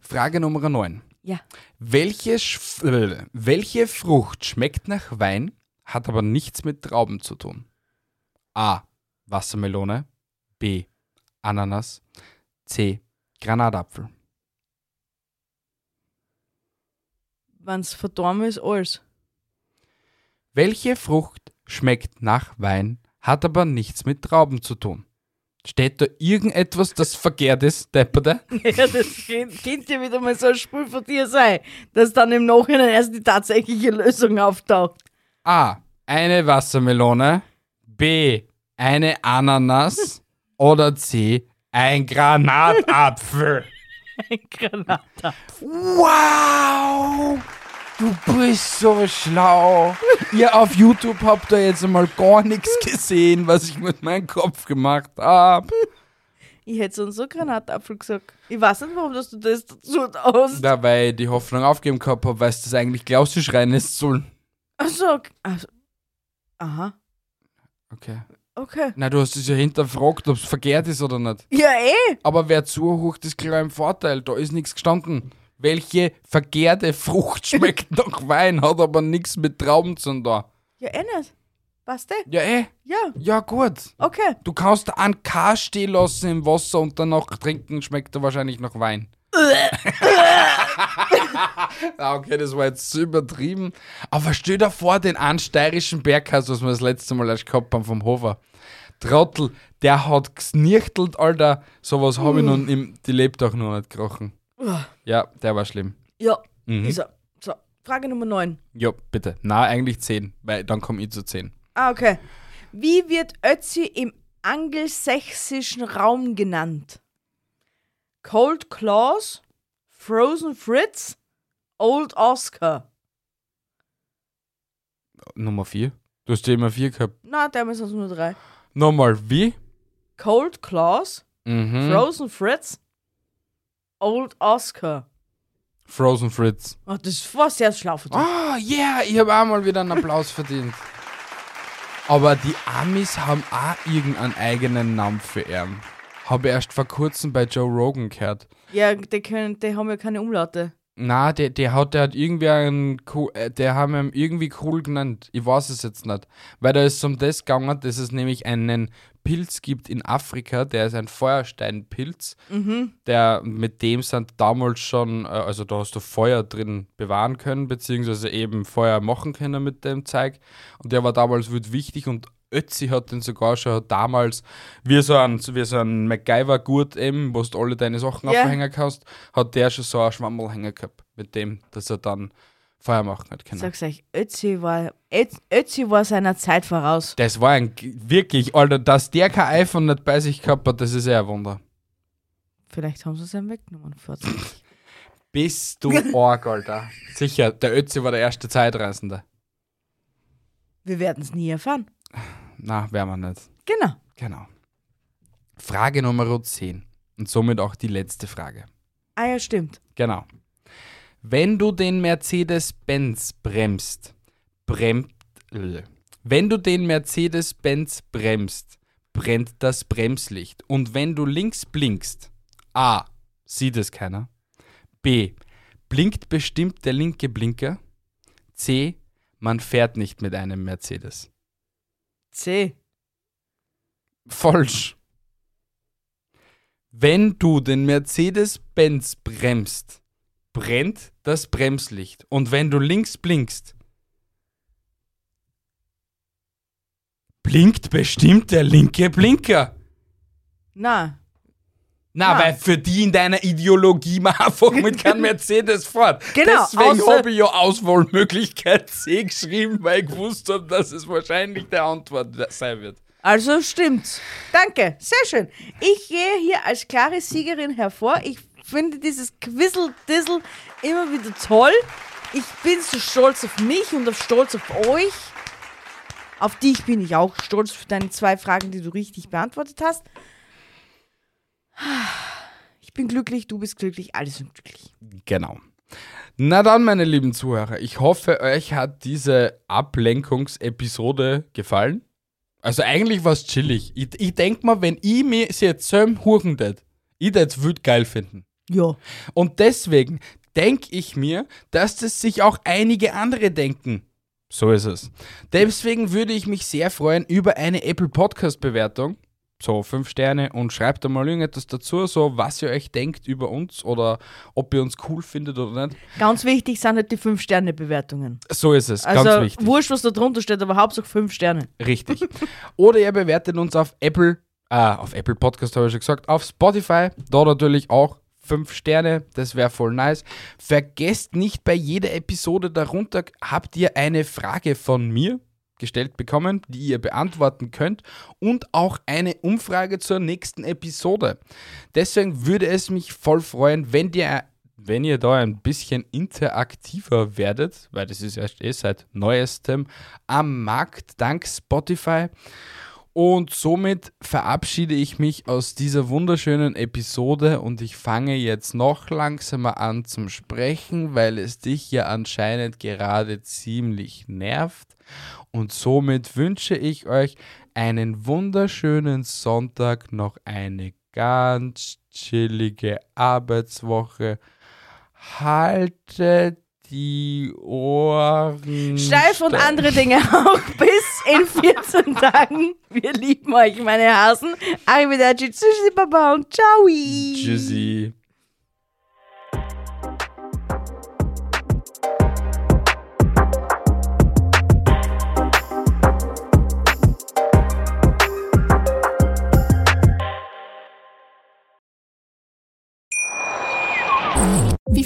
S1: Frage Nummer 9.
S2: Ja.
S1: Welche, Sch äh, welche Frucht schmeckt nach Wein, hat aber nichts mit Trauben zu tun? A. Wassermelone. B. Ananas. C. Granatapfel.
S2: Wenn es verdorben ist, alles.
S1: Welche Frucht schmeckt nach Wein, hat aber nichts mit Trauben zu tun? Steht da irgendetwas, das verkehrt ist, Depperte?
S2: Ja, das könnte könnte ja wieder mal so ein Spiel von dir sein, dass dann im Nachhinein erst die tatsächliche Lösung auftaucht.
S1: A. Eine Wassermelone. B. Eine Ananas. oder C. Ein Granatapfel.
S2: Ein Granata.
S1: Wow! Du bist so schlau. Ihr auf YouTube habt da jetzt einmal gar nichts gesehen, was ich mit meinem Kopf gemacht habe.
S2: Ich hätte sonst so Granatapfel gesagt. Ich weiß nicht, warum dass du das dazu hast.
S1: Na, weil ich die Hoffnung aufgeben gehabt habe, weil es das eigentlich klassisch rein ist soll.
S2: Achso, okay. Ach, aha,
S1: Okay.
S2: okay.
S1: Na, du hast es ja hinterfragt, ob es verkehrt ist oder nicht.
S2: Ja, eh.
S1: Aber wer zuhört, ist klar im Vorteil. Da ist nichts gestanden. Welche verkehrte Frucht schmeckt nach Wein, hat aber nichts mit Trauben zu tun. da.
S2: Ja, eh nicht. Passt eh?
S1: Ja, eh.
S2: Ja,
S1: Ja, gut.
S2: okay.
S1: Du kannst einen K stehen lassen im Wasser und danach trinken, schmeckt er wahrscheinlich nach Wein. Ah, okay, das war jetzt so übertrieben. Aber stell dir vor, den einen steirischen Berghaus, was wir das letzte Mal erst gehabt haben vom Hofer. Trottel, der hat gesnirchtelt, Alter. Sowas habe ich noch im, die lebt auch noch nicht gerochen. Ja, der war schlimm.
S2: Ja, ist er. Mhm. So, Frage Nummer 9.
S1: Ja, bitte. Na, eigentlich 10, weil dann komme ich zu 10.
S2: Ah, okay. Wie wird Ötzi im angelsächsischen Raum genannt. Cold Claws, Frozen Fritz, Old Oscar.
S1: Nummer 4. Du hast ja immer 4 gehabt.
S2: Na, damals waren es nur drei.
S1: Nochmal, wie?
S2: Cold Claws,
S1: Mhm.
S2: Frozen Fritz, Old Oscar.
S1: Frozen Fritz.
S2: Oh, das war sehr schlau von dir.
S1: Ah, yeah, ich habe auch mal wieder einen Applaus verdient. Aber die Amis haben auch irgendeinen eigenen Namen für ihn. Habe erst vor kurzem bei Joe Rogan gehört.
S2: Ja, die, können, die haben ja keine Umlaute.
S1: Na, der, der hat, der hat irgendwie einen, Co- äh, der haben ihn irgendwie cool genannt. Ich weiß es jetzt nicht. Weil da ist um das gegangen, dass es nämlich einen Pilz gibt in Afrika, der ist ein Feuersteinpilz, der mit dem sind damals schon, äh, also da hast du Feuer drin bewahren können, beziehungsweise eben Feuer machen können mit dem Zeug. Und der war damals wird wichtig und Ötzi hat den sogar schon damals, wie so ein, wie so ein MacGyver-Gurt eben, wo du alle deine Sachen
S2: Ja.
S1: aufhängen kannst, hat der schon so einen Schwammelhänger gehabt, mit dem, dass er dann Feuer machen hat können.
S2: Sag's euch, Ötzi war, Ötz- Ötzi war seiner Zeit voraus.
S1: Das war ein, wirklich, Alter, dass der kein iPhone nicht bei sich gehabt hat, das ist ja ein Wunder.
S2: Vielleicht haben sie es ihm weggenommen. vorzeitig.
S1: Bist du arg, Alter. Sicher, der Ötzi war der erste Zeitreisende.
S2: Wir werden es nie erfahren.
S1: Na, wär man nicht.
S2: Genau.
S1: Genau. Frage Nummer 10. Und somit auch die letzte Frage.
S2: Ah ja, stimmt.
S1: Genau. Wenn du den Mercedes-Benz bremst, bremst. Wenn du den Mercedes-Benz bremst, brennt das Bremslicht. Und wenn du links blinkst, A. Sieht es keiner. B. Blinkt bestimmt der linke Blinker. C. Man fährt nicht mit einem Mercedes.
S2: C.
S1: Falsch. Wenn du den Mercedes-Benz bremst, brennt das Bremslicht. Und wenn du links blinkst, blinkt bestimmt der linke Blinker.
S2: Na,
S1: Na,
S2: Ja.
S1: weil für die in deiner Ideologie man einfach mit keinem Mercedes fährt.
S2: Genau,
S1: Deswegen
S2: außer-
S1: habe ich ja Auswahlmöglichkeit C geschrieben, weil ich gewusst habe, dass es wahrscheinlich der Antwort sein wird.
S2: also stimmt's. Danke, sehr schön. Ich gehe hier als klare Siegerin hervor. Ich finde dieses Quizzle-Dizzle immer wieder toll. Ich bin so stolz auf mich und auf stolz auf euch. Auf dich bin ich auch stolz für deine zwei Fragen, die du richtig beantwortet hast. Ich bin glücklich, du bist glücklich, alle sind glücklich.
S1: Genau. Na dann, meine lieben Zuhörer, ich hoffe, euch hat diese Ablenkungsepisode gefallen. Also eigentlich war es chillig. Ich, ich denke mal, wenn ich mir sie jetzt selber huchen tät, ich das würde geil finden.
S2: Ja.
S1: Und deswegen denke ich mir, dass das sich auch einige andere denken. So ist es. Deswegen würde ich mich sehr freuen über eine Apple Podcast Bewertung. So, fünf Sterne und schreibt da mal irgendetwas dazu, so was ihr euch denkt über uns oder ob ihr uns cool findet oder nicht.
S2: Ganz wichtig sind halt die 5-Sterne-Bewertungen.
S1: So ist es,
S2: Also
S1: ganz wichtig.
S2: wurscht, was da drunter steht, aber Hauptsache 5 Sterne.
S1: Richtig. Oder ihr bewertet uns auf Apple, äh, auf Apple Podcast habe ich schon gesagt, auf Spotify, da natürlich auch fünf Sterne, das wäre voll nice. Vergesst nicht, bei jeder Episode darunter habt ihr eine Frage von mir gestellt bekommen, die ihr beantworten könnt und auch eine Umfrage zur nächsten Episode. Deswegen würde es mich voll freuen, wenn ihr, wenn ihr da ein bisschen interaktiver werdet, weil das ist erst eh seit neuestem am Markt dank Spotify. Und somit verabschiede ich mich aus dieser wunderschönen Episode und ich fange jetzt noch langsamer an zum Sprechen, weil es dich ja anscheinend gerade ziemlich nervt. Und somit wünsche ich euch einen wunderschönen Sonntag, noch eine ganz chillige Arbeitswoche. Haltet die Ohren
S2: Steif und
S1: steif.
S2: andere Dinge auch. Bis in 14 Tagen. Wir lieben euch, meine Hasen. Arrivederci, tschüssi, Baba und ciao.
S1: Tschüssi.
S4: Wie